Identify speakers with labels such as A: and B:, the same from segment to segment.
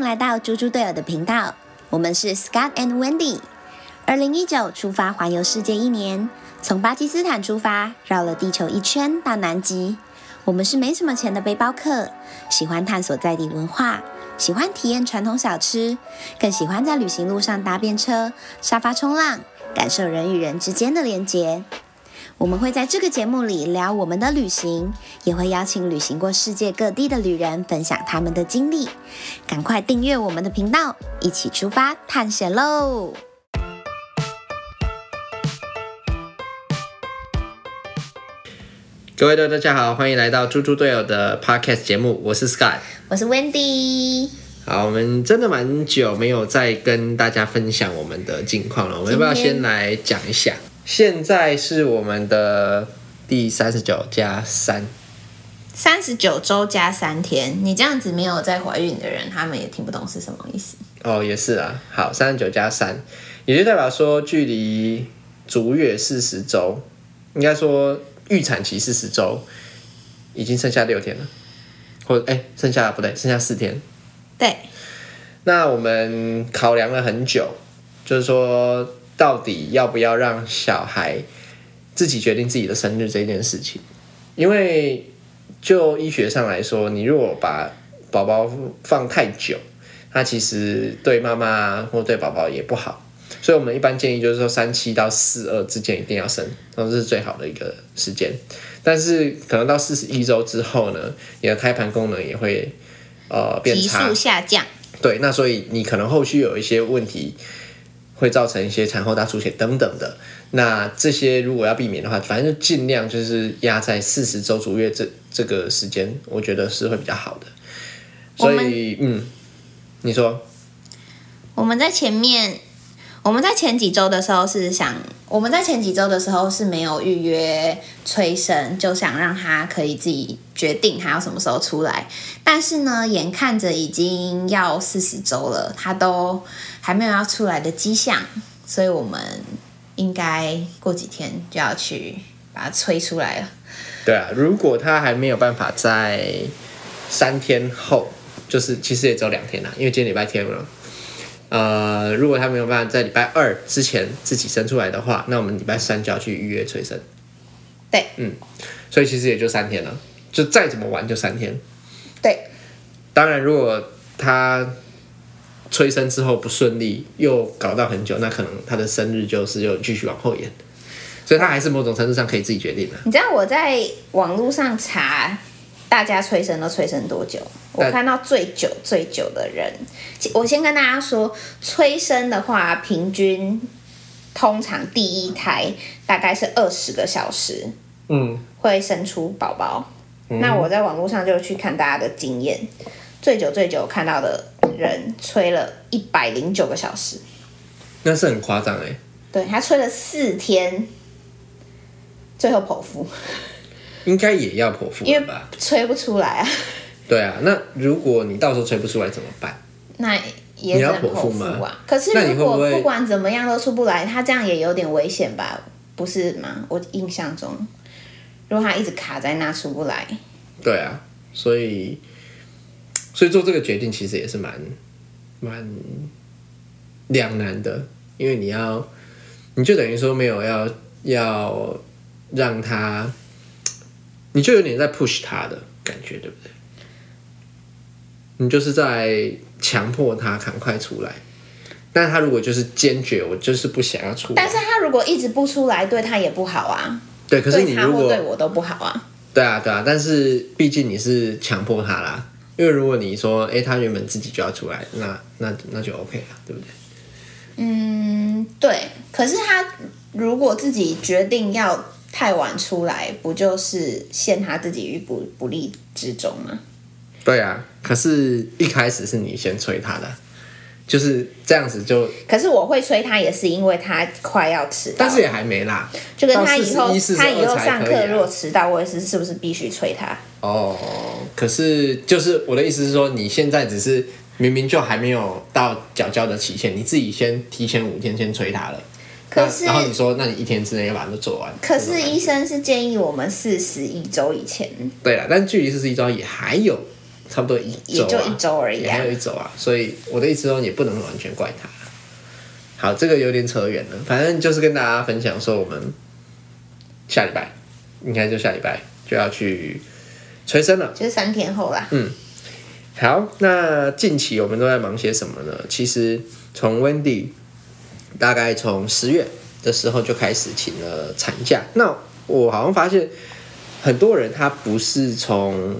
A: 来到猪猪队友的频道，我们是 Scott and Wendy。二零一九出发环游世界一年，从巴基斯坦出发，绕了地球一圈到南极。我们是没什么钱的背包客，喜欢探索在地文化，喜欢体验传统小吃，更喜欢在旅行路上搭便车、沙发冲浪，感受人与人之间的连结。我们会在这个节目里聊我们的旅行，也会邀请旅行过世界各地的旅人分享他们的经历。赶快订阅我们的频道，一起出发探险喽！
B: 各位队友，大家好，欢迎来到猪猪队友的 Podcast 节目，我是 Scott。
A: 我是 Wendy，
B: 好，我们真的蛮久没有再跟大家分享我们的近况了，我们要不要
A: 今天
B: 先来讲一下？现在是我们的第三十九加三，
A: 三十九周加三天，你这样子没有在怀孕的人，他们也听不懂是什么意思。
B: 哦，也是啊，好，三十九加三，也就代表说距离足月四十周，应该说预产期四十周，已经剩下六天了，或哎、剩下不对，剩下四天，
A: 对，
B: 那我们考量了很久，就是说到底要不要让小孩自己决定自己的生日这件事情，因为就医学上来说，你如果把宝宝放太久，它其实对妈妈或对宝宝也不好。所以我们一般建议就是说三七到四二之间一定要生，然后这是最好的一个时间。但是可能到四十一周之后呢，你的胎盘功能也会呃变
A: 急
B: 差
A: 速，下降，
B: 对，那所以你可能后续有一些问题，会造成一些产后大出血等等的。那这些如果要避免的话，反正就尽量就是压在四十周足月这这个时间，我觉得是会比较好的。所
A: 我
B: 以，嗯，你说，
A: 我们在前面，我们在前几周的时候是想，我们在前几周的时候是没有预约催生，就想让他可以自己决定他要什么时候出来。但是呢，眼看着已经要四十周了，他都还没有要出来的迹象，所以我们应该过几天就要去把它催出来了。
B: 对啊，如果他还没有办法在三天后，就是其实也只有两天啦，因为今天礼拜天了。呃，如果他没有办法在礼拜二之前自己生出来的话，那我们礼拜三就要去预约催生。嗯
A: 对
B: 所以其实也就三天了，就再怎么玩就三天。
A: 对，
B: 当然，如果他催生之后不顺利，又搞到很久，那可能他的生日就是又继续往后延，所以他还是某种程度上可以自己决定的。
A: 你知道我在网络上查大家催生都催生多久？我
B: 那
A: 看到最久最久的人，其我先跟大家说，催生的话，平均通常第一胎大概是二十个小时
B: 嗯，
A: 会生出宝宝。那我在网络上就去看大家的经验，最久最久看到的人催了一百零九个小时，
B: 那是很夸张哎。
A: 对他催了四天，最后剖腹，
B: 应该也要剖腹
A: 因
B: 了
A: 为
B: 吧？
A: 催不出来啊。
B: 对啊，那如果你到时候催不出来怎么办？
A: 那也
B: 你
A: 只
B: 要
A: 能
B: 剖
A: 剖
B: 腹
A: 腹
B: 吗
A: 啊。可是
B: 那你
A: 如果
B: 会不会
A: 不管怎么样都出不来，他这样也有点危险吧？不是吗？我印象中，如果他一直卡在那出不来，
B: 对啊，所以所以做这个决定其实也是蛮蛮两难的，因为你要你就等于说没有要要让他，你就有点在 push 他的感觉，对不对？你就是在强迫他赶快出来，但他如果就是坚决，我就是不想要出来
A: 但是他如果一直不出来，对他也不好啊，
B: 对，可是你
A: 对他
B: 如
A: 或
B: 果
A: 对我都不好啊。
B: 对啊，对啊，但是毕竟你是强迫他啦，因为如果你说，哎、他原本自己就要出来，那那那就 OK 了，对不对？
A: 嗯，对。可是他如果自己决定要太晚出来，不就是陷他自己于不不利之中吗？
B: 对啊，可是一开始是你先催他的，就是这样子就，
A: 可是我会催他，也是因为他快要迟到
B: 但
A: 了。
B: 是也还没啦，
A: 就跟他以后
B: 到41
A: 他以后上
B: 42才可以
A: 课
B: 啊
A: 如果迟到，我也是是不是必须催他？
B: 哦，可是就是我的意思是说，你现在只是明明就还没有到缴交的期限，你自己先提前五天先催他了，
A: 可是
B: 那然后你说，那你一天之内要把它都做完，
A: 可
B: 这种
A: 是
B: 感觉
A: 医生是建议我们四十一周以前，
B: 对了，但距离四十一周也还有差不多一
A: 也
B: 周、啊，
A: 就一周而已
B: 也
A: 啊
B: 还。有一周啊，所以我的意思说也不能完全怪他。好，这个有点扯远了，反正就是跟大家分享说，我们下礼拜应该就下礼拜就要去催生了。
A: 就是三天后啦，
B: 好，那近期我们都在忙些什么呢？其实从 Wendy 大概从十月的时候就开始请了产假。那我好像发现很多人他不是从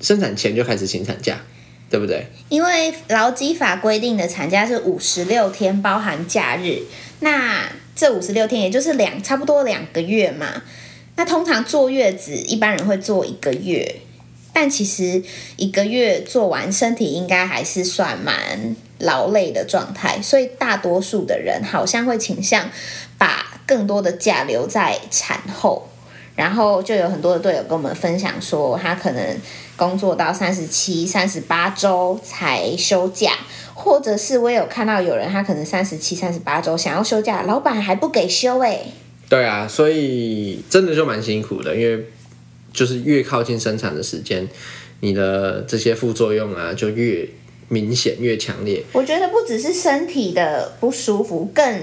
B: 生产前就开始请产假，对不对？
A: 因为劳基法规定的产假是五十六天，包含假日。那这五十六天也就是两差不多两个月嘛。那通常坐月子一般人会坐一个月，但其实一个月做完，身体应该还是算蛮劳累的状态，所以大多数的人好像会倾向把更多的假留在产后。然后就有很多的队友跟我们分享说，他可能工作到三十七、三十八周才休假，或者是我也有看到有人他可能三十七、三十八周想要休假，老板还不给休哎、
B: 对啊，所以真的就蛮辛苦的，因为就是越靠近生产的时间，你的这些副作用啊就越明显、越强烈。
A: 我觉得不只是身体的不舒服，更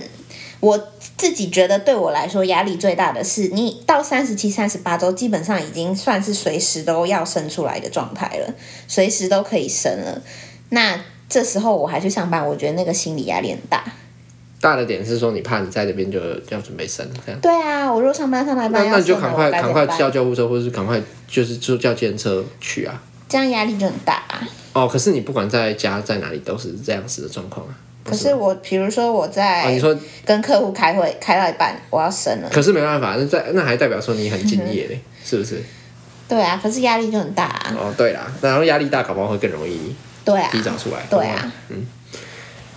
A: 我自己觉得对我来说压力最大的是，你到三十七、三十八周，基本上已经算是随时都要生出来的状态了，随时都可以生了。那这时候我还去上班，我觉得那个心理压力很大。
B: 大的点是说，你怕你在这边就要准备生这样。
A: 对啊，我如果上班上到一
B: 那
A: 半
B: 那
A: 要
B: 你就
A: 生了，
B: 赶
A: 我
B: 快
A: 该
B: 赶
A: 怎
B: 快
A: 么
B: 叫
A: 办？
B: 救护车，或是赶快就是就叫计程车去啊。
A: 这样压力就很大、啊。
B: 哦，可是你不管在家在哪里都是这样子的状况啊。不
A: 可是我，比如说我
B: 啊，你
A: 在
B: 说，
A: 跟客户开会开到一半，我要生了。
B: 可是没办法，那在那还代表说你很敬业 嘞，是不是？
A: 对啊，可是压力就很大、啊。
B: 哦，对啦，然后压力大，搞不好会更容易
A: 对啊，
B: 提早出来。嗯
A: 对啊，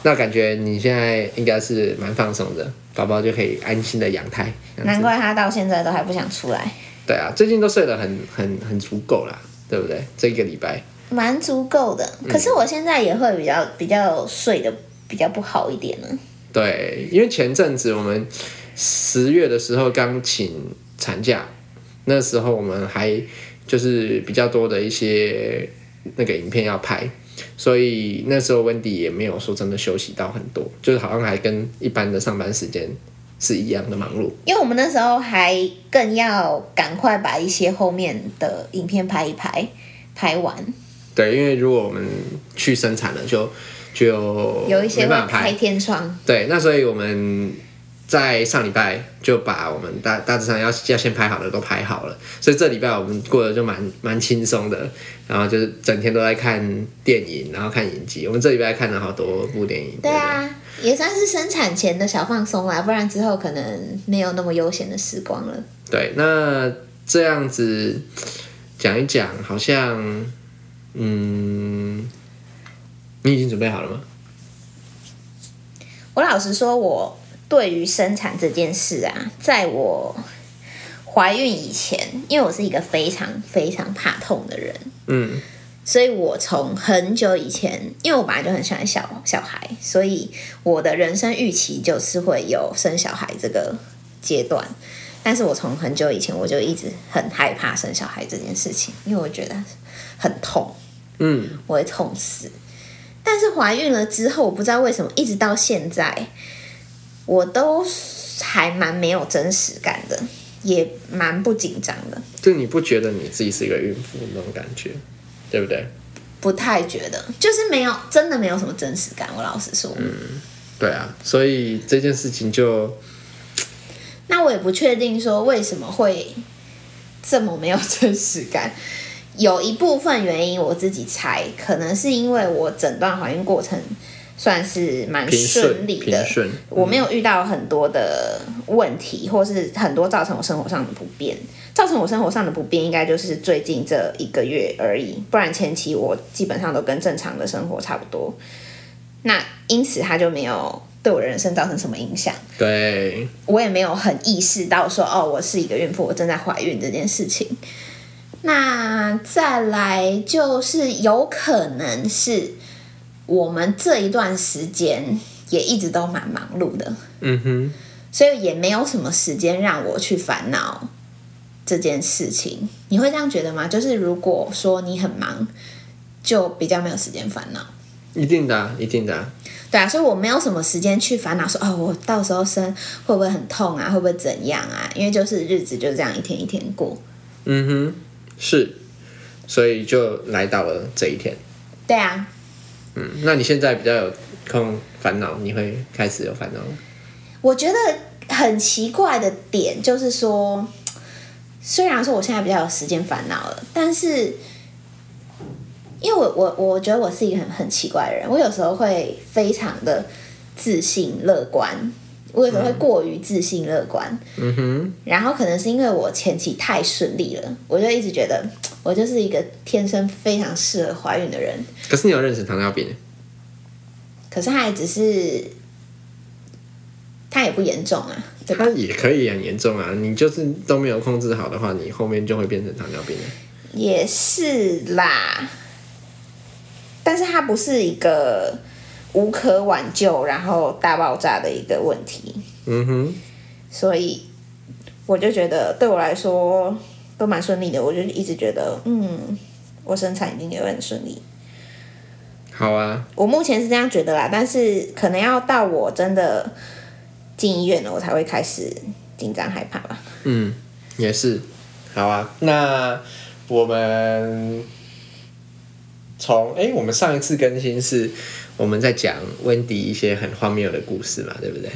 B: 那感觉你现在应该是蛮放松的，宝宝就可以安心的养胎。这样子
A: 难怪他到现在都还不想出来，
B: 对啊，最近都睡得很很很足够啦，对不对？这一个礼拜
A: 蛮足够的。可是我现在也会比较比较睡得比较不好一点呢。啊
B: 对，因为前阵子我们十月的时候刚请产假，那时候我们还就是比较多的一些那个影片要拍，所以那时候温迪也没有说真的休息到很多，就是好像还跟一般的上班时间是一样的忙碌。
A: 因为我们那时候还更要赶快把一些后面的影片拍一拍，拍完
B: 对，因为如果我们去生产了，就就
A: 有一些
B: 没
A: 会
B: 办法
A: 开
B: 拍。
A: 天窗，
B: 对，那所以我们在上礼拜就把我们大大致上要要先拍好的都拍好了，所以这礼拜我们过得就蛮蛮轻松的，然后就是整天都在看电影，然后看影集。我们这礼拜看了好多部电影，
A: 对
B: 不
A: 啊，也算是生产前的小放松啦，不然之后可能没有那么悠闲的时光了。
B: 对，那这样子讲一讲，好像嗯，你已经准备好了吗？
A: 我老实说，我对于生产这件事啊，在我怀孕以前，因为我是一个非常非常怕痛的人，
B: 嗯，
A: 所以我从很久以前，因为我本来就很喜欢小小孩，所以我的人生预期就是会有生小孩这个阶段。但是我从很久以前我就一直很害怕生小孩这件事情，因为我觉得很痛。
B: 嗯，
A: 我会痛死。但是怀孕了之后，我不知道为什么一直到现在，我都还蛮没有真实感的，也蛮不紧张的，
B: 就你不觉得你自己是一个孕妇那种感觉，对不对？
A: 不太觉得，就是没有真的没有什么真实感。我老实说，
B: 对啊，所以这件事情就
A: 那我也不确定说为什么会这么没有真实感。 有一部分原因我自己猜，可能是因为我整段怀孕过程算是蛮
B: 平
A: 顺
B: 顺
A: 利
B: 平
A: 的，
B: 顺，
A: 我没有遇到很多的问题，或是很多造成我生活上的不便。造成我生活上的不便，应该就是最近这一个月而已，不然前期我基本上都跟正常的生活差不多。那因此，它就没有对我人生造成什么影响。
B: 对，
A: 我也没有很意识到说，哦，我是一个孕妇，我正在怀孕这件事情。那再来就是有可能是我们这一段时间也一直都蛮忙碌的，
B: 嗯哼，
A: 所以也没有什么时间让我去烦恼这件事情。你会这样觉得吗？就是如果说你很忙，就比较没有时间烦恼。
B: 一定的、啊，一定的、啊。
A: 对啊，所以我没有什么时间去烦恼说哦，我到时候生会不会很痛啊，会不会怎样啊？因为就是日子就这样一天一天过。
B: 嗯哼，是，所以就来到了这一天。
A: 对啊，
B: 嗯，那你现在比较有空烦恼，你会开始有烦恼吗？
A: 我觉得很奇怪的点就是说，虽然说我现在比较有时间烦恼了，但是因为我我我觉得我是一个很很奇怪的人，我有时候会非常的自信乐观，我有时候会过于自信乐观，
B: 嗯哼，
A: 然后可能是因为我前期太顺利了，我就一直觉得我就是一个天生非常适合怀孕的人，
B: 可是你有妊娠糖尿病耶，
A: 可是它也只是，它也不严重啊，对吧？
B: 它也可以很严重啊。你就是都没有控制好的话，你后面就会变成糖尿病的。
A: 也是啦，但是它不是一个无可挽救然后大爆炸的一个问题，
B: 嗯哼，
A: 所以我就觉得对我来说都蛮顺利的，我就一直觉得嗯，我生产一定也会很顺利。
B: 好啊，
A: 我目前是这样觉得啦，但是可能要到我真的进医院了，我才会开始紧张害怕吧。
B: 嗯，也是，好啊。那我们从哎、我们上一次更新是我们在讲温迪一些很荒谬的故事嘛，对不对？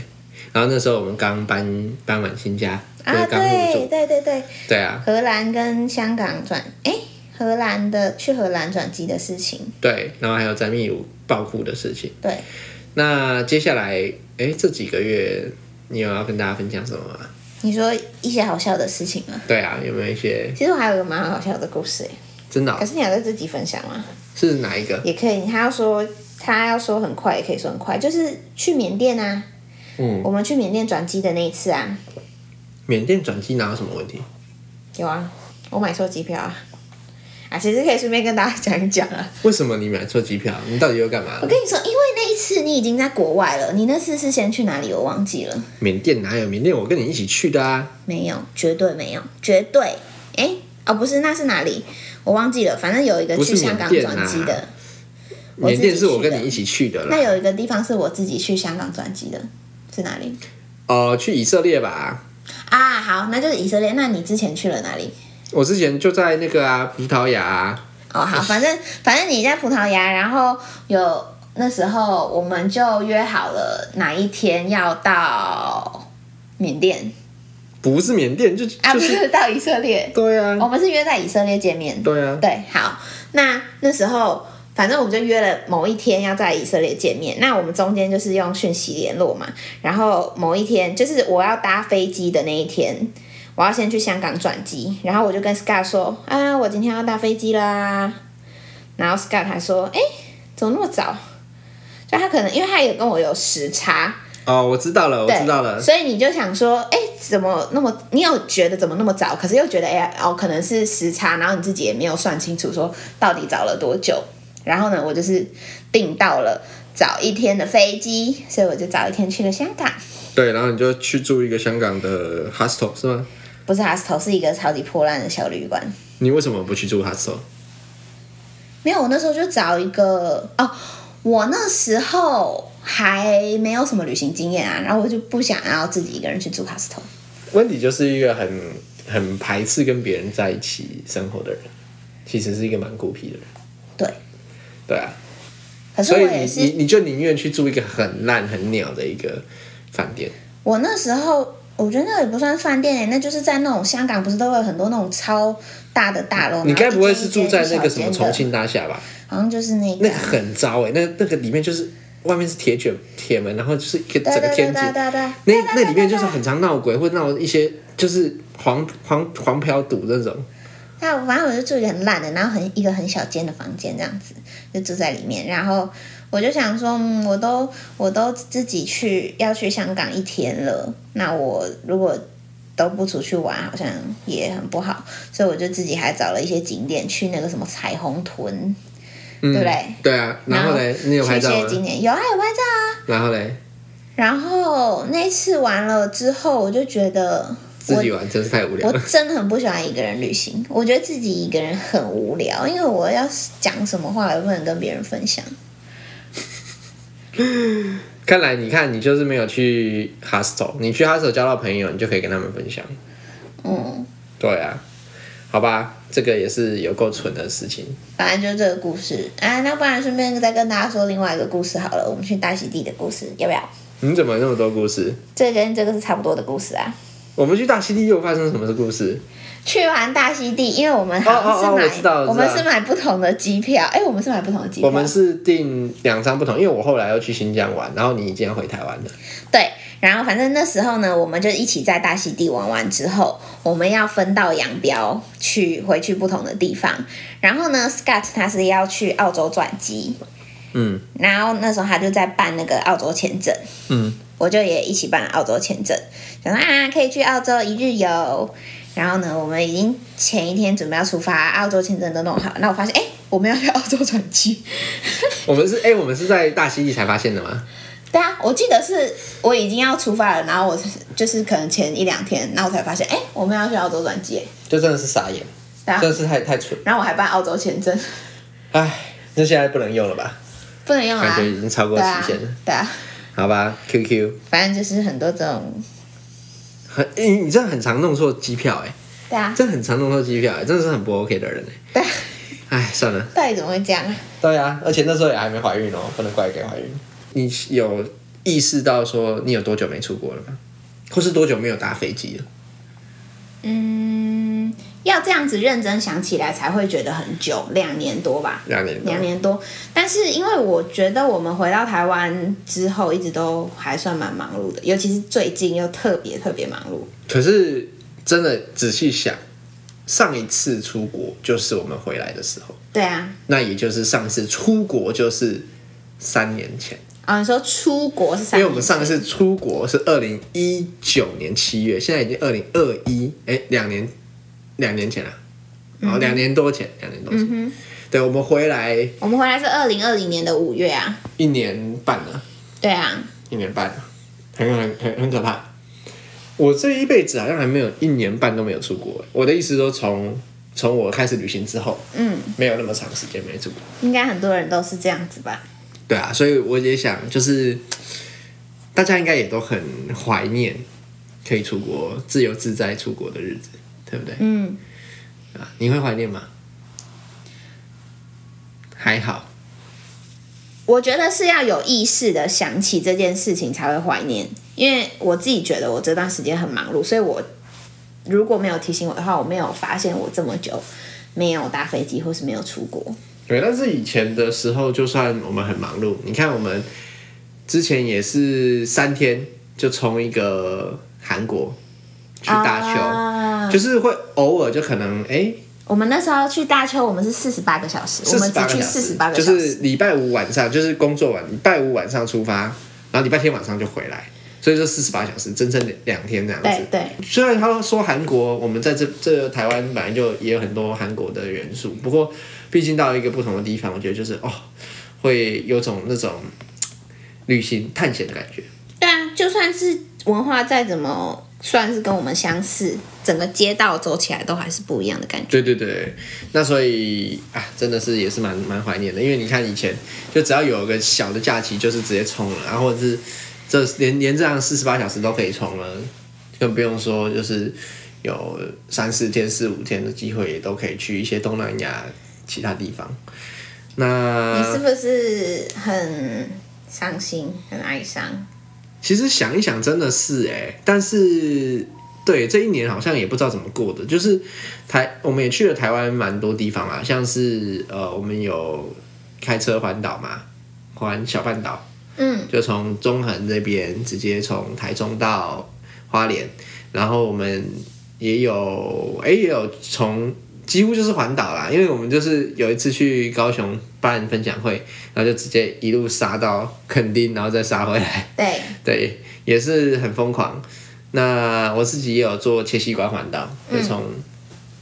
B: 然后那时候我们刚搬搬完新家，就是
A: 啊，
B: 刚入
A: 对
B: 住，
A: 对对对，
B: 对啊，
A: 荷兰跟香港转，哎、荷兰的去荷兰转机的事情，
B: 对，然后还有在秘鲁爆哭的事情。
A: 对，
B: 那接下来，哎，这几个月你有要跟大家分享什么吗？
A: 你说一些好笑的事情吗？
B: 对啊，有没有一些
A: 其实我还有一个蛮好笑的故事、哎，
B: 真的哦、
A: 可是你要在这集分享吗？
B: 是哪一个？
A: 也可以，他要说他要说很快，也可以说很快，就是去缅甸啊，
B: 嗯，
A: 我们去缅甸转机的那一次啊，
B: 缅甸转机哪有什么问题？
A: 有啊，我买错机票啊。啊，其实可以顺便跟大家讲一讲啊。
B: 为什么你买错机票？你到底又干嘛
A: 我？跟你说，因为那一次你已经在国外了，你那次是先去哪里？我忘记了，
B: 缅甸哪有缅甸？我跟你一起去的啊！
A: 没有，绝对没有，绝对。哎、哦，不是，那是哪里？我忘记了，反正有一个
B: 不
A: 去
B: 是
A: 香港
B: 缅甸啊啊
A: 转机的，我
B: 缅
A: 自己
B: 甸是我跟
A: 去
B: 你
A: 的
B: 一起去的
A: 那
B: 啦。
A: 有一个地方是我自己去香港转机的，是哪里？
B: 哦、去以色列吧。
A: 啊，好，那就是以色列。那你之前去了哪里？
B: 我之前就在那个啊，葡萄牙、啊。
A: 哦，好，反正反正你在葡萄牙，然后有那时候我们就约好了哪一天要到缅甸
B: 不是缅甸，就
A: 啊，
B: 就
A: 不
B: 是
A: 是哦到以色列，
B: 对啊，
A: 我们是约在以色列见面。
B: 对啊，
A: 对，好，那那时候反正我们就约了某一天要在以色列见面。那我们中间就是用讯息联络嘛，然后某一天就是我要搭飞机的那一天。我要先去香港转机，然后我就跟 Scott 说：“啊，我今天要搭飞机啦。”然后 Scott 还说：“哎、怎么那么早？”就他可能因为他也跟我有时差，
B: 哦，我知道了，我
A: 对，
B: 知道了。
A: 所以你就想说，哎、怎么那么？你有觉得怎么那么早？可是又觉得，哎、呀，哦，可能是时差，然后你自己也没有算清楚，说到底早了多久。然后呢，我就是订到了早一天的飞机，所以我就早一天去了香港。
B: 对，然后你就去住一个香港的 hostel 是吗？
A: 不是啊 hostel，是一个超级破烂的小旅馆。
B: 你为什么不去住 hostel？
A: 没有，我那时候就找一个哦，我那时候还没有什么旅行经验啊，然后我就不想要自己一个人去住 hostel。
B: 温迪就是一个很很排斥跟别人在一起生活的人，其实是一个蛮孤僻的人。
A: 对，
B: 对啊，
A: 可是
B: 所
A: 我
B: 以
A: 也
B: 你
A: 是
B: 你你就宁愿去住一个很烂很鸟的一个饭店。
A: 我那时候我觉得那也不算饭店诶、欸那就是在那种香港不是都会有很多那种超大的大楼，
B: 你该不会
A: 哦然后
B: 是
A: 一间
B: 住
A: 一间
B: 在那个什
A: 小
B: 么
A: 间的
B: 重，庆大厦吧？
A: 好像就是那个
B: 那个很糟哎、那那个里面就是外面是铁卷铁门，然后就是一个整
A: 对
B: 个
A: 对对
B: 天井，
A: 对对对，
B: 那那里面就是很常闹鬼或闹一些就是黄黄黄嫖赌那种。
A: 那反正我就住一个很烂的，然后很一个很小间的房间这样子，就住在里面。然后我就想说，嗯，我都我都自己去要去香港一天了，那我如果都不出去玩，好像也很不好，所以我就自己还找了一些景点，去那个什么彩虹屯，
B: 嗯
A: 对不对？
B: 对啊，然后嘞，你有
A: 去
B: 拍
A: 一
B: 照
A: 些
B: 吗？
A: 景点，有啊有拍照啊。
B: 然后嘞，
A: 然后那次完了之后，我就觉得
B: 自己玩真是太无聊
A: 我
B: 了。
A: 真的很不喜欢一个人旅行，我觉得自己一个人很无聊，因为我要讲什么话，我也不能跟别人分享。
B: 看来你看你就是没有去 hostel，你去 hostel 交到朋友，你就可以跟他们分享。
A: 嗯，
B: 对啊，好吧，这个也是有够蠢的事情。
A: 反正就这个故事啊，那不然顺便再跟大家说另外一个故事好了，我们去大溪地的故事，要不要？
B: 你怎么有那么多故事？
A: 这跟这个是差不多的故事啊。
B: 我们去大溪地又发生什么故事？
A: 去完大溪地，因为我们好
B: 哦哦
A: 像是
B: 哦
A: 买，
B: 我知道我知道
A: 们是买不同的机票，哎、我们是买不同的机票，
B: 我们是订两张不同，因为我后来又去新疆玩，然后你已经要回台湾了。
A: 对，然后反正那时候呢，我们就一起在大溪地玩完之后，我们要分道扬镳去回去不同的地方。然后呢，Scott 他是要去澳洲转机，
B: 嗯
A: 然后那时候他就在办那个澳洲签证，
B: 嗯，
A: 我就也一起办了澳洲签证，想说啊可以去澳洲一日游。然后呢，我们已经前一天准备要出发，澳洲签证都弄好，那我发现哎，我们要去澳洲转机。
B: 我们是哎、我们是在大溪地才发现的吗？
A: 对啊，我记得是我已经要出发了，然后我就是可能前一两天，然后我才发现，哎、我们要去澳洲转机耶，
B: 就真的是傻眼，
A: 对啊
B: 真，的是太太蠢。
A: 然后我还办澳洲签证，
B: 唉，那现在不能用了吧？
A: 不能用
B: 感
A: 啊，
B: 觉已经超过
A: 对
B: 期
A: 啊
B: 限了。，
A: 对啊，
B: 好吧，QQ，
A: 反正就是很多这种，
B: 很、欸、你真的很常弄错机票哎、
A: 对啊，
B: 真的很常弄错机票、欸，真的是很不 OK 的人哎、
A: 对啊，
B: 唉，算了。
A: 到底怎么会这样啊？
B: 对啊，而且那时候也还没怀孕哦、不能怪给怀孕。你有意识到说你有多久没出国了吗？或是多久没有搭飞机了？
A: 嗯，要这样子认真想起来才会觉得很久，两年多吧，
B: 两年多
A: 两。年多。但是因为我觉得我们回到台湾之后，一直都还算蛮忙碌的，尤其是最近又特别特别忙碌。
B: 可是真的仔细想，上一次出国就是我们回来的时候，
A: 对啊，
B: 那也就是上一次出国就是三年前，
A: 啊，你说出国是
B: 因
A: 三年前？
B: 为我们上一次出国是二零一九年七月，现在已经二零二一，哎，两年，两年前了、哦，两年多前，两年多前，对，我们回来
A: 我们回来是二零二零年的五月啊，
B: 一年半了。
A: 对啊，
B: 一年半了，很很很很可怕。我这一辈子好像还没有一年半都没有出国。我的意思说从从我开始旅行之后，
A: 嗯，
B: 没有那么长时间没出国。
A: 应该很多人都是这样子吧？
B: 对啊，所以我也想，就是大家应该也都很怀念可以出国、自由自在出国的日子，对不对？
A: 嗯，
B: 啊，你会怀念吗？还好，
A: 我觉得是要有意识的想起这件事情才会怀念，因为我自己觉得我这段时间很忙碌，所以我如果没有提醒我的话，我没有发现我这么久没有搭飞机或是没有出国。
B: 对，但是以前的时候，就算我们很忙碌，你看我们之前也是三天就从一个韩国去大邱，
A: 啊
B: 就是会偶尔就可能哎，
A: 我们那时候去大邱，我们是四十八个小时，我
B: 四
A: 们
B: 十
A: 只
B: 八
A: 去
B: 个小
A: 四十
B: 时
A: 八，个
B: 就
A: 小时，
B: 是礼拜五晚上，就是工作完，礼拜五晚上出发，然后礼拜天晚上就回来。所以就四十八小时，真正两天这样子
A: 对。对，
B: 虽然他说韩国，我们在这这台湾本来就也有很多韩国的元素，不过毕竟到一个不同的地方，我觉得就是哦，会有种那种嘖旅行探险的感觉。
A: 对啊，就算是文化再怎么算是跟我们相似，整个街道走起来都还是不一样的感觉。
B: 对对对，那所以啊，真的是也是蛮蛮怀念的，因为你看以前就只要有个小的假期，就是直接冲了，然后或者是这连连这样四十八小时都可以冲了，更不用说就是有三四天、四五天的机会，也都可以去一些东南亚其他地方。那呃
A: 你是不是很伤心、很哀伤？
B: 其实想一想，真的是哎、但是对这一年好像也不知道怎么过的，就是台我们也去了台湾蛮多地方啊，像是呃我们有开车环岛嘛，环小半岛，
A: 嗯，
B: 就从中横这边直接从台中到花莲，然后我们也有哎、也有从。几乎就是环岛啦，因为我们就是有一次去高雄办分享会，然后就直接一路杀到垦丁，然后再杀回来，
A: 对，
B: 对，也是很疯狂。那我自己也有做切西瓜环岛，就从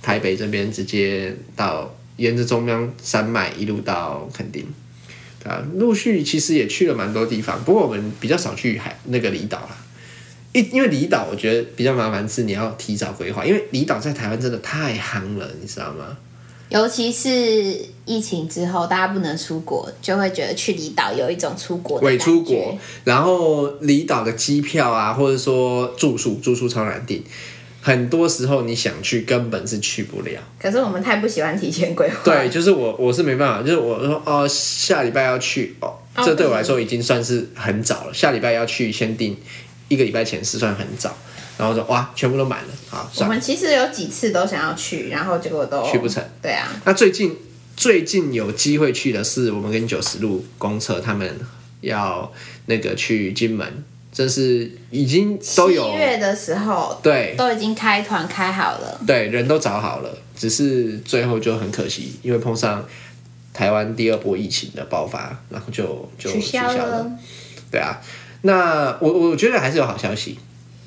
B: 台北这边直接到沿着中央山脉一路到垦丁，对啊，陆续其实也去了蛮多地方，不过我们比较少去海那个离岛啦。因因为离岛，我觉得比较麻烦是你要提早规划，因为离岛在台湾真的太夯了，你知道吗？
A: 尤其是疫情之后，大家不能出国，就会觉得去离岛有一种出国的
B: 伪出
A: 感觉
B: 国，然后离岛的机票啊，或者说住宿，住宿超难订，很多时候你想去根本是去不了。
A: 可是我们太不喜欢提前规划，
B: 对，，就是我我是没办法，就是我说哦，下礼拜要去哦，
A: 哦
B: 这对我来说已经算是很早了。下礼拜要去，先订一个礼拜前是算很早，然后说哇，全部都满了，好
A: 我
B: 算了
A: 们其实有几次都想要去，然后结果都
B: 去不成。
A: 对啊，
B: 那最近最近有机会去的是我们跟九十路公车他们要那个去金门，这是已经都有
A: 七月的时候
B: 对
A: 都已经开团开好了，
B: 对人都找好了，只是最后就很可惜，因为碰上台湾第二波疫情的爆发，然后就就
A: 取
B: 取
A: 消
B: 消了。
A: 了。
B: 对啊，那我我觉得还是有好消息，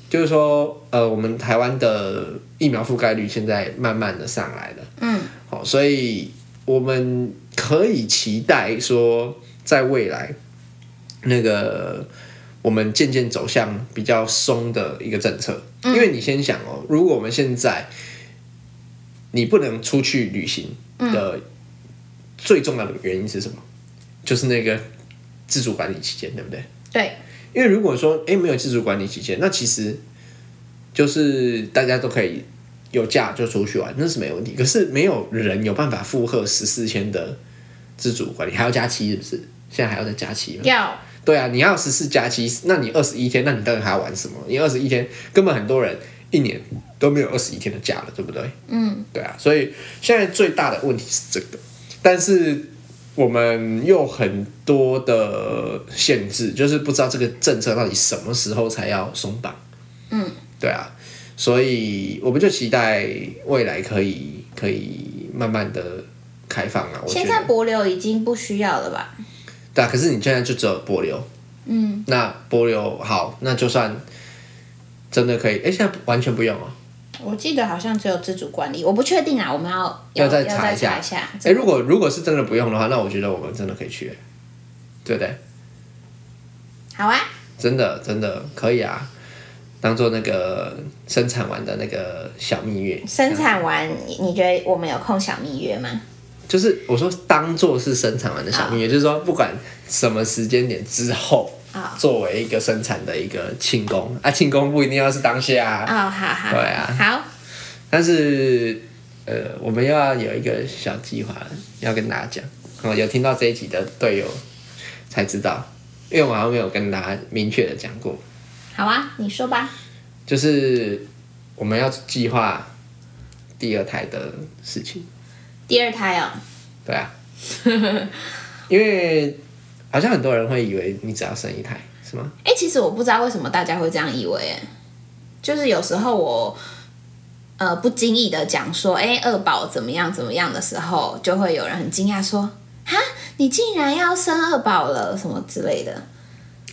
B: 就是说，呃，我们台湾的疫苗覆盖率现在慢慢的上来了，
A: 嗯，
B: 好、所以我们可以期待说，在未来那个我们渐渐走向比较松的一个政策，因为你先想哦，如果我们现在你不能出去旅行的最重要的原因是什么？就是那个自主管理期间，对不对？
A: 对，
B: 因为如果说诶没有自主管理期间，那其实就是大家都可以有假就出去玩，那是没问题。可是没有人有办法负荷十四天的自主管理，还要加期是不是？现在还要再加期吗？
A: 要
B: 对啊，你要十四加七，那你二十一天，那你到底还要玩什么？你二十一天根本很多人一年都没有二十一天的假了，对不对？嗯，对啊，所以现在最大的问题是这个，但是我们又很多的限制，就是不知道这个政策到底什么时候才要松绑。嗯，对啊，所以我们就期待未来可以可以慢慢的开放啊。我觉
A: 现
B: 得。
A: 在柏流已经不需要了吧？
B: 对啊，可是你现在就只有柏流，嗯，那柏流好，那就算真的可以，哎、现在完全不用哦。
A: 我记得好像只有自主管理，我不确定啊，我们要
B: 要
A: 再
B: 再
A: 查
B: 查一下
A: 一下。
B: 哎、如果如果是真的不用的话，那我觉得我们真的可以去，对不对？
A: 好啊，
B: 真的真的可以啊，当做那个生产完的那个小蜜月，
A: 生产完，你你觉得我们有空小蜜月吗？
B: 就是我说当做是生产完的小蜜月，就是说不管什么时间点之后。
A: 啊
B: 作为一个生产的一个庆功啊，庆功不一定要是当下啊，
A: 哦，好好，
B: 对啊
A: 好，
B: 但是呃，我们要有一个小计划要跟大家讲。哦，有听到这一集的队友才知道，因为我好像没有跟大家明确的讲过，
A: 好啊，你说吧。
B: 就是我们要计划第二胎的事情。
A: 第二胎 哦，
B: 对啊，因为好像很多人会以为你只要生一胎，是吗？
A: 哎、其实我不知道为什么大家会这样以为，哎就是有时候我呃不经意的讲说，哎、二宝怎么样怎么样的时候，就会有人很惊讶说，哈，你竟然要生二宝了，什么之类的。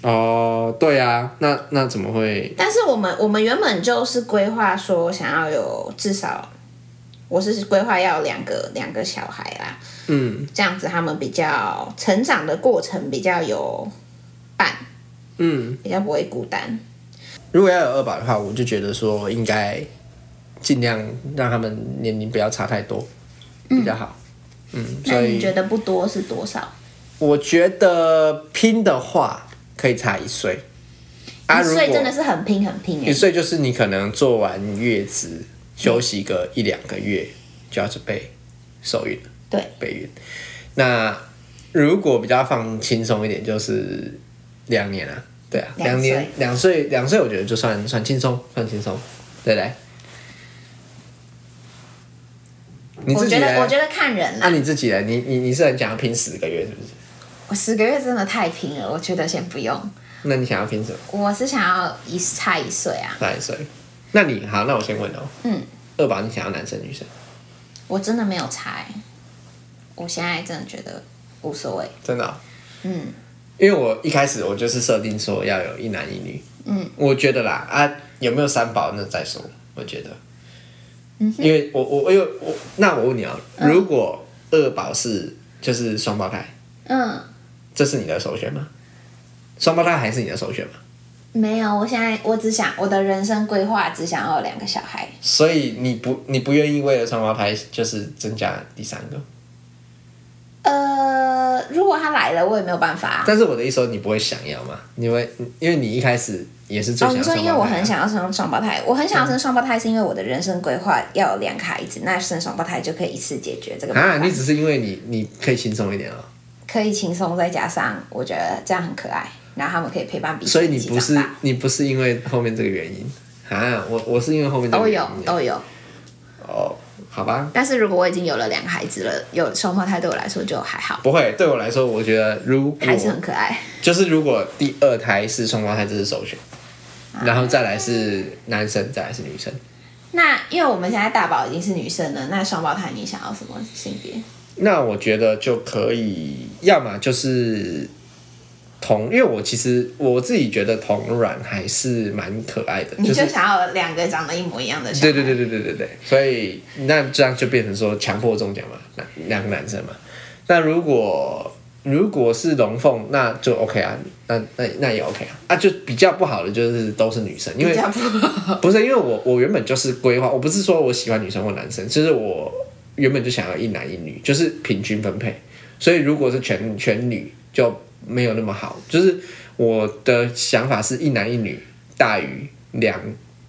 B: 哦，对啊，那那怎么会？
A: 但是我们我们原本就是规划说想要有至少，我是规划要有两个两个小孩啦，
B: 嗯
A: 这样子他们比较成长的过程比较有伴，
B: 嗯，
A: 比较不会孤单。
B: 如果要有二宝的话，我就觉得说应该尽量让他们年龄不要差太多，比较好。嗯，
A: 那
B: 所
A: 你
B: 以啊
A: 觉得不多是多少？
B: 我觉得拼的话可以差一岁。啊，
A: 一
B: 如
A: 岁真的
B: 果
A: 是很拼很拼
B: 一
A: 哎、
B: 岁就是你可能做完月子休息个一两个月就要准备受孕了，
A: 对，
B: 备孕。那如果比较放轻松一点，就是两年啊，对啊，
A: 两
B: 两
A: 岁
B: 年两岁两岁，我觉得就算算轻松，算轻松，对不对？你
A: 我
B: 自己
A: 觉得我
B: 来，
A: 觉得看人
B: 那、
A: 啦，
B: 你自己来，你你你是很想要拼十个月是不是？
A: 我十个月真的太拼了，我觉得先不用。
B: 那你想要拼什么？
A: 我是想要一差一岁啊，
B: 哪一岁？那你好，那我先问哦。
A: 嗯，
B: 二宝，你想要男生女生？
A: 我真的没有差、欸，我现在真的觉得无所谓。
B: 真的哦、
A: 嗯，
B: 因为我一开始我就是设定说要有一男一女，
A: 嗯，
B: 我觉得啦啊，有没有三宝那再说，我觉得，嗯，因为我我我有我，那我问你啊，
A: 嗯
B: 如果二宝是就是双胞胎，
A: 嗯，
B: 这是你的首选吗？双胞胎还是你的首选吗？
A: 没有，我现在我只想我的人生规划只想要有两个小孩，
B: 所以你不你不愿意为了双胞胎就是增加第三个，
A: 呃，如果他来了，我也没有办法啊。
B: 但是我的意思说你不会想要嘛？因为因为你一开始也是最
A: 哦，
B: 想
A: 你
B: 要
A: 说
B: 双胞胎啊、
A: 因为我很想要生双胞胎，我很想要生双胞胎，是因为我的人生规划要有两个孩子，那生双胞胎就可以一次解决这个麻
B: 啊，
A: 烦
B: 你只是因为你你可以轻松一点啊、
A: 可以轻松，再加上我觉得这样很可爱，然后他们可以陪伴彼此，
B: 所以你
A: 一起
B: 不是
A: 长大
B: 你不是因为后面这个原因啊，我我是因为后面这
A: 都
B: 个原
A: 有哦
B: 因
A: 都有。
B: 哦，好吧，
A: 但是如果我已经有了两个孩子了，有双胞胎对我来说就还好，
B: 不会对我来说，我觉得如果
A: 还是很可爱。
B: 就是如果第二胎是双胞胎，这是首选，
A: 啊
B: 然后再来是男生，再来是女生。
A: 那因为我们现在大宝已经是女生了，那双胞胎你想要什么性别？
B: 那我觉得就可以，要么就是同，因为我其实我自己觉得同卵还是蛮可爱的，
A: 你
B: 是
A: 就想要有两个长得一模一样的小孩？
B: 对对对对对对对，所以那这样就变成说强迫中奖嘛，两两个男生嘛。那如果如果是龙凤，那就 OK 啊，那那那也 OK 啊。啊，就比较不好的就是都是女生，因为
A: 比较不好。
B: 不是因为我我原本就是规划，我不是说我喜欢女生或男生，就是我原本就想要一男一女，就是平均分配。所以如果是全全女就没有那么好，就是我的想法是一男一女大于两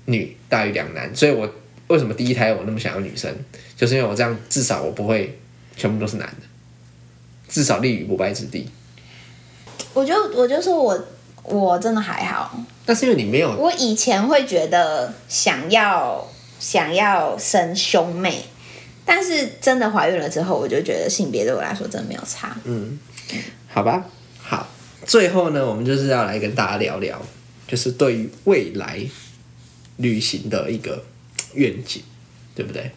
B: 女大于两男，所以我为什么第一胎我那么想要女生，就是因为我这样至少我不会全部都是男的，至少立于不败之地。
A: 我就我就说我我真的还好，
B: 但是因为你没有
A: 我以前会觉得想要想要生兄妹，但是真的怀孕了之后，我就觉得性别对我来说真的没有差。
B: 嗯好吧，好，最后呢，我们就是要来跟大家聊聊，就是对于未来旅行的一个愿景，对不对？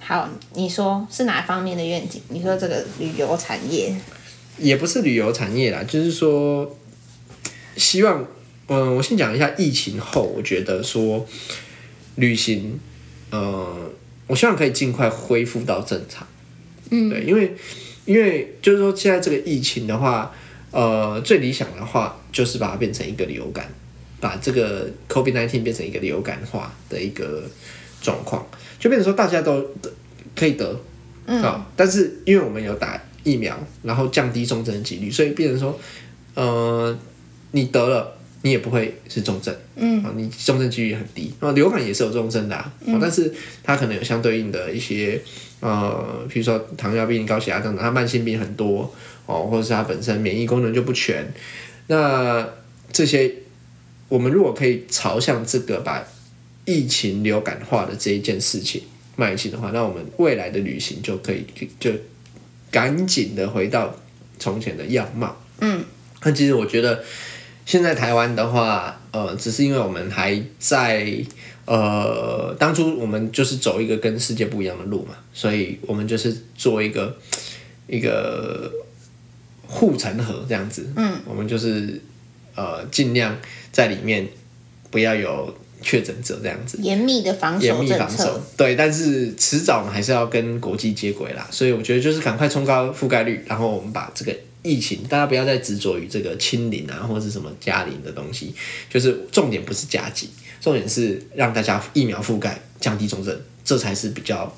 A: 好，你说是哪方面的愿景？你说这个旅游产业，
B: 也不是旅游产业啦，就是说，希望，嗯、我先讲一下疫情后，我觉得说旅行，呃，我希望可以尽快恢复到正常。嗯，对，因为因为就是说现在这个疫情的话，呃，最理想的话就是把它变成一个流感，把这个 COVID nineteen 变成一个流感化的一个状况，就变成说大家都得可以得，嗯、但是因为我们有打疫苗，然后降低重症的几率，所以变成说，呃，你得了。你也不会是重症，嗯，啊，你重症几率很低。啊，流感也是有重症的、啊，哦但是它可能有相对应的一些呃，比如说糖尿病、高血压等等，它慢性病很多哦，或者是它本身免疫功能就不全。那这些，我们如果可以朝向这个把疫情流感化的这一件事情迈进的话，那我们未来的旅行就可以就赶紧的回到从前的样貌。
A: 嗯，
B: 那其实我觉得现在台湾的话，呃，只是因为我们还在呃，当初我们就是走一个跟世界不一样的路嘛，所以我们就是做一个一个护城河这样子。嗯，我们就是呃，尽量在里面不要有确诊者这样子。
A: 严密的防
B: 严
A: 守
B: 密
A: 政
B: 防
A: 策
B: 守，，对，但是迟早我们还是要跟国际接轨啦，所以我觉得就是赶快冲高覆盖率，然后我们把这个疫情，大家不要再执着于这个清零啊，或者是什么加零的东西，就是重点不是加急，重点是让大家疫苗覆盖，降低重症，这才是比较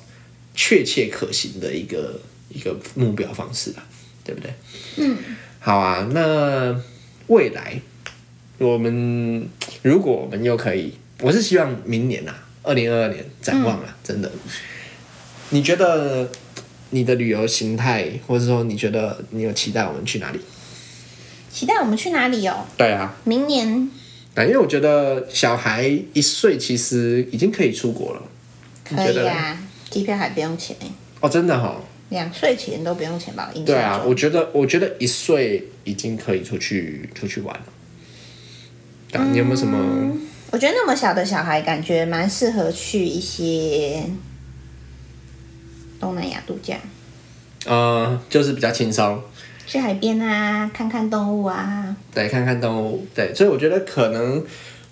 B: 确切可行的一个一个目标方式啦，对不对？嗯，好啊，那未来我们如果我们又可以，我是希望明年啊，二零二二年展望啊，真的。你觉得你的旅游形态，或者说你觉得你有期待我们去哪里？
A: 期待我们去哪里哦？
B: 对啊，
A: 明年
B: 那因为我觉得小孩一岁其实已经可以出国了。你
A: 可
B: 觉
A: 以
B: 得
A: 啊，机票还不用钱，欸
B: 哦，真的哈、哦。
A: 两岁前都不用钱吧？我印象
B: 对啊，
A: 中
B: 我觉得我觉得一岁已经可以出去出去玩了。对啊，你有没有什么？
A: 我觉得那么小的小孩，感觉蛮适合去一些东南亚度假，
B: 呃，就是比较轻松，
A: 去海边啊，看看动物啊。
B: 对，看看动物，对，所以我觉得可能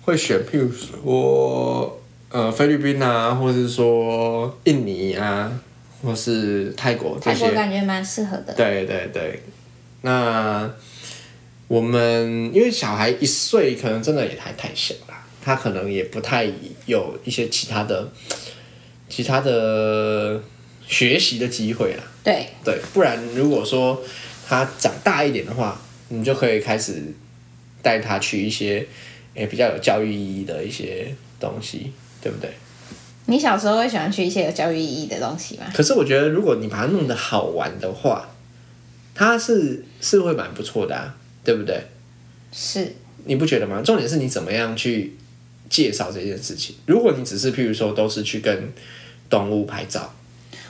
B: 会选，譬如说，呃，菲律宾啊，或是说印尼啊，或是泰国这
A: 泰国
B: 些，
A: 感觉蛮适合的。
B: 对对对。那我们因为小孩一岁，可能真的也还太小啦，他可能也不太有一些其他的、其他的学习的机会啦。
A: 对，
B: 对，不然如果说他长大一点的话，你就可以开始带他去一些诶、比较有教育意义的一些东西，对不对？
A: 你小时候会喜欢去一些有教育意义的东西吗？
B: 可是我觉得，如果你把它弄得好玩的话，它是是会蛮不错的啊，对不对？
A: 是，
B: 你不觉得吗？重点是你怎么样去介绍这件事情。如果你只是譬如说都是去跟动物拍照，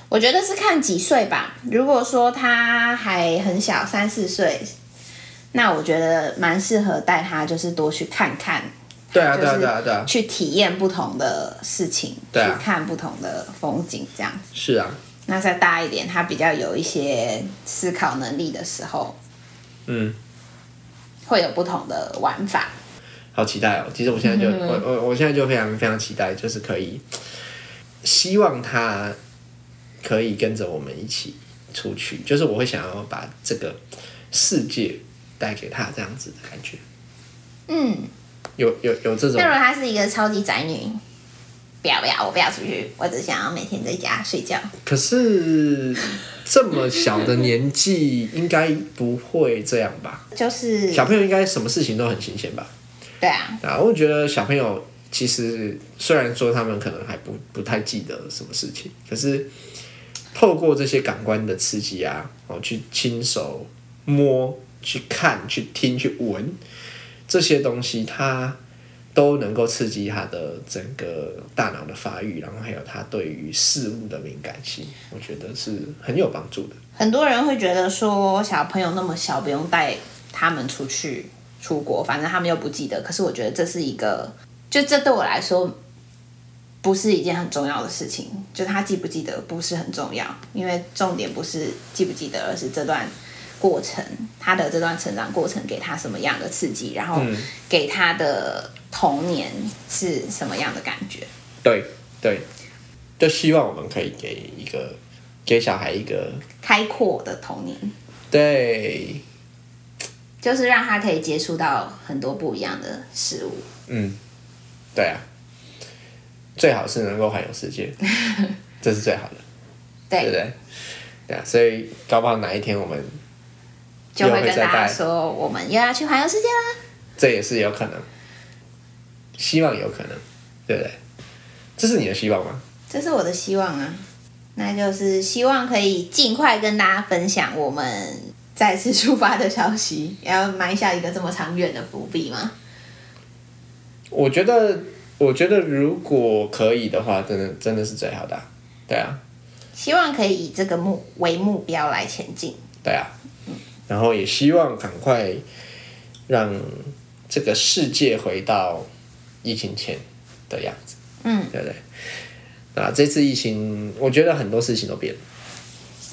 A: 我觉得是看几岁吧。如果说他还很小，三四岁，那我觉得蛮适合带他，就是多去看看，
B: 对啊，
A: 就
B: 对啊，
A: 是
B: 对啊，对啊，
A: 去体验不同的事情，
B: 对啊
A: 去看不同的风景，这样子。
B: 是啊，
A: 那再大一点，他比较有一些思考能力的时候，
B: 嗯，
A: 会有不同的玩法。
B: 好期待哦！其实我现在就、我我我现在就非常非常期待，就是可以希望他可以跟着我们一起出去，就是我会想要把这个世界带给他这样子的感觉。
A: 嗯，
B: 有有有这种
A: 那如果他是一个超级宅女，不要不要，我不要出去，我只想要每天在家睡觉。
B: 可是这么小的年纪，应该不会这样 吧？
A: 就是
B: 小朋友应该什么事情都很新鲜吧？
A: 对啊，
B: 啊，我觉得小朋友其实虽然说他们可能还不不太记得什么事情，可是透过这些感官的刺激啊，哦，去亲手摸、去看、去听、去闻这些东西，它都能够刺激他的整个大脑的发育，然后还有他对于事物的敏感性，我觉得是很有帮助的。
A: 很多人会觉得说小朋友那么小，不用带他们出去出国，反正他们又不记得。可是我觉得这是一个，就这对我来说不是一件很重要的事情，就他记不记得不是很重要，因为重点不是记不记得，而是这段。过程，他的这段成长过程给他什么样的刺激，然后给他的童年是什么样的感觉？
B: 对对，就希望我们可以给一个给小孩一个
A: 开阔的童年。
B: 对。
A: 就是让他可以接触到很多不一样的事物。
B: 嗯，对啊，最好是能够环游世界，这是最好的，对不
A: 对，
B: 对？对啊，所以搞不好哪一天我们
A: 就会
B: 又会
A: 跟
B: 再
A: 大家
B: 带
A: 说，我们又要去环游世界啦。
B: 这也是有可能，希望有可能，对不对？这是你的希望吗？
A: 这是我的希望啊，那就是希望可以尽快跟大家分享我们再次出发的消息，要埋下一个这么长远的伏笔吗？
B: 我觉得，我觉得如果可以的话，真的真的是最好的啊、对啊，
A: 希望可以以这个目为目标来前进。
B: 对啊，然后也希望赶快让这个世界回到疫情前的样子，
A: 嗯，
B: 对不对？啊，这次疫情，我觉得很多事情都变了。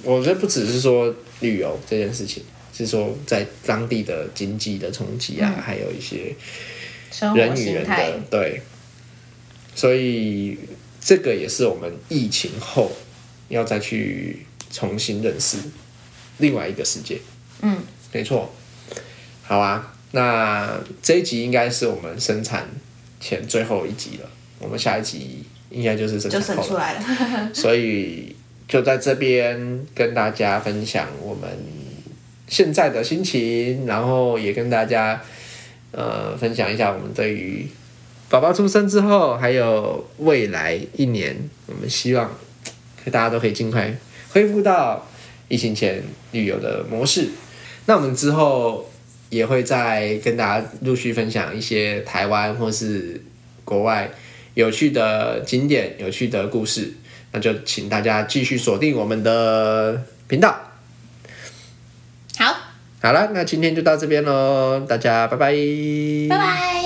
B: 我觉得不只是说旅游这件事情，是说在当地的经济的冲击啊，还有一些
A: 生活
B: 人与
A: 形
B: 人
A: 态
B: 的对，所以这个也是我们疫情后要再去重新认识另外一个世界。
A: 嗯，
B: 没错。好啊，那这一集应该是我们生产前最后一集了，我们下一集应该就是生
A: 就
B: 产
A: 生
B: 后
A: 出
B: 了，
A: 来 了。
B: 所以就在这边跟大家分享我们现在的心情，然后也跟大家呃分享一下我们对于宝宝出生之后，还有未来一年，我们希望大家都可以尽快恢复到疫情前旅游的模式。那我们之后也会再跟大家陆续分享一些台湾或是国外有趣的景点、有趣的故事。那就请大家继续锁定我们的频道。
A: 好，
B: 好了，那今天就到这边喽，大家拜拜，
A: 拜拜。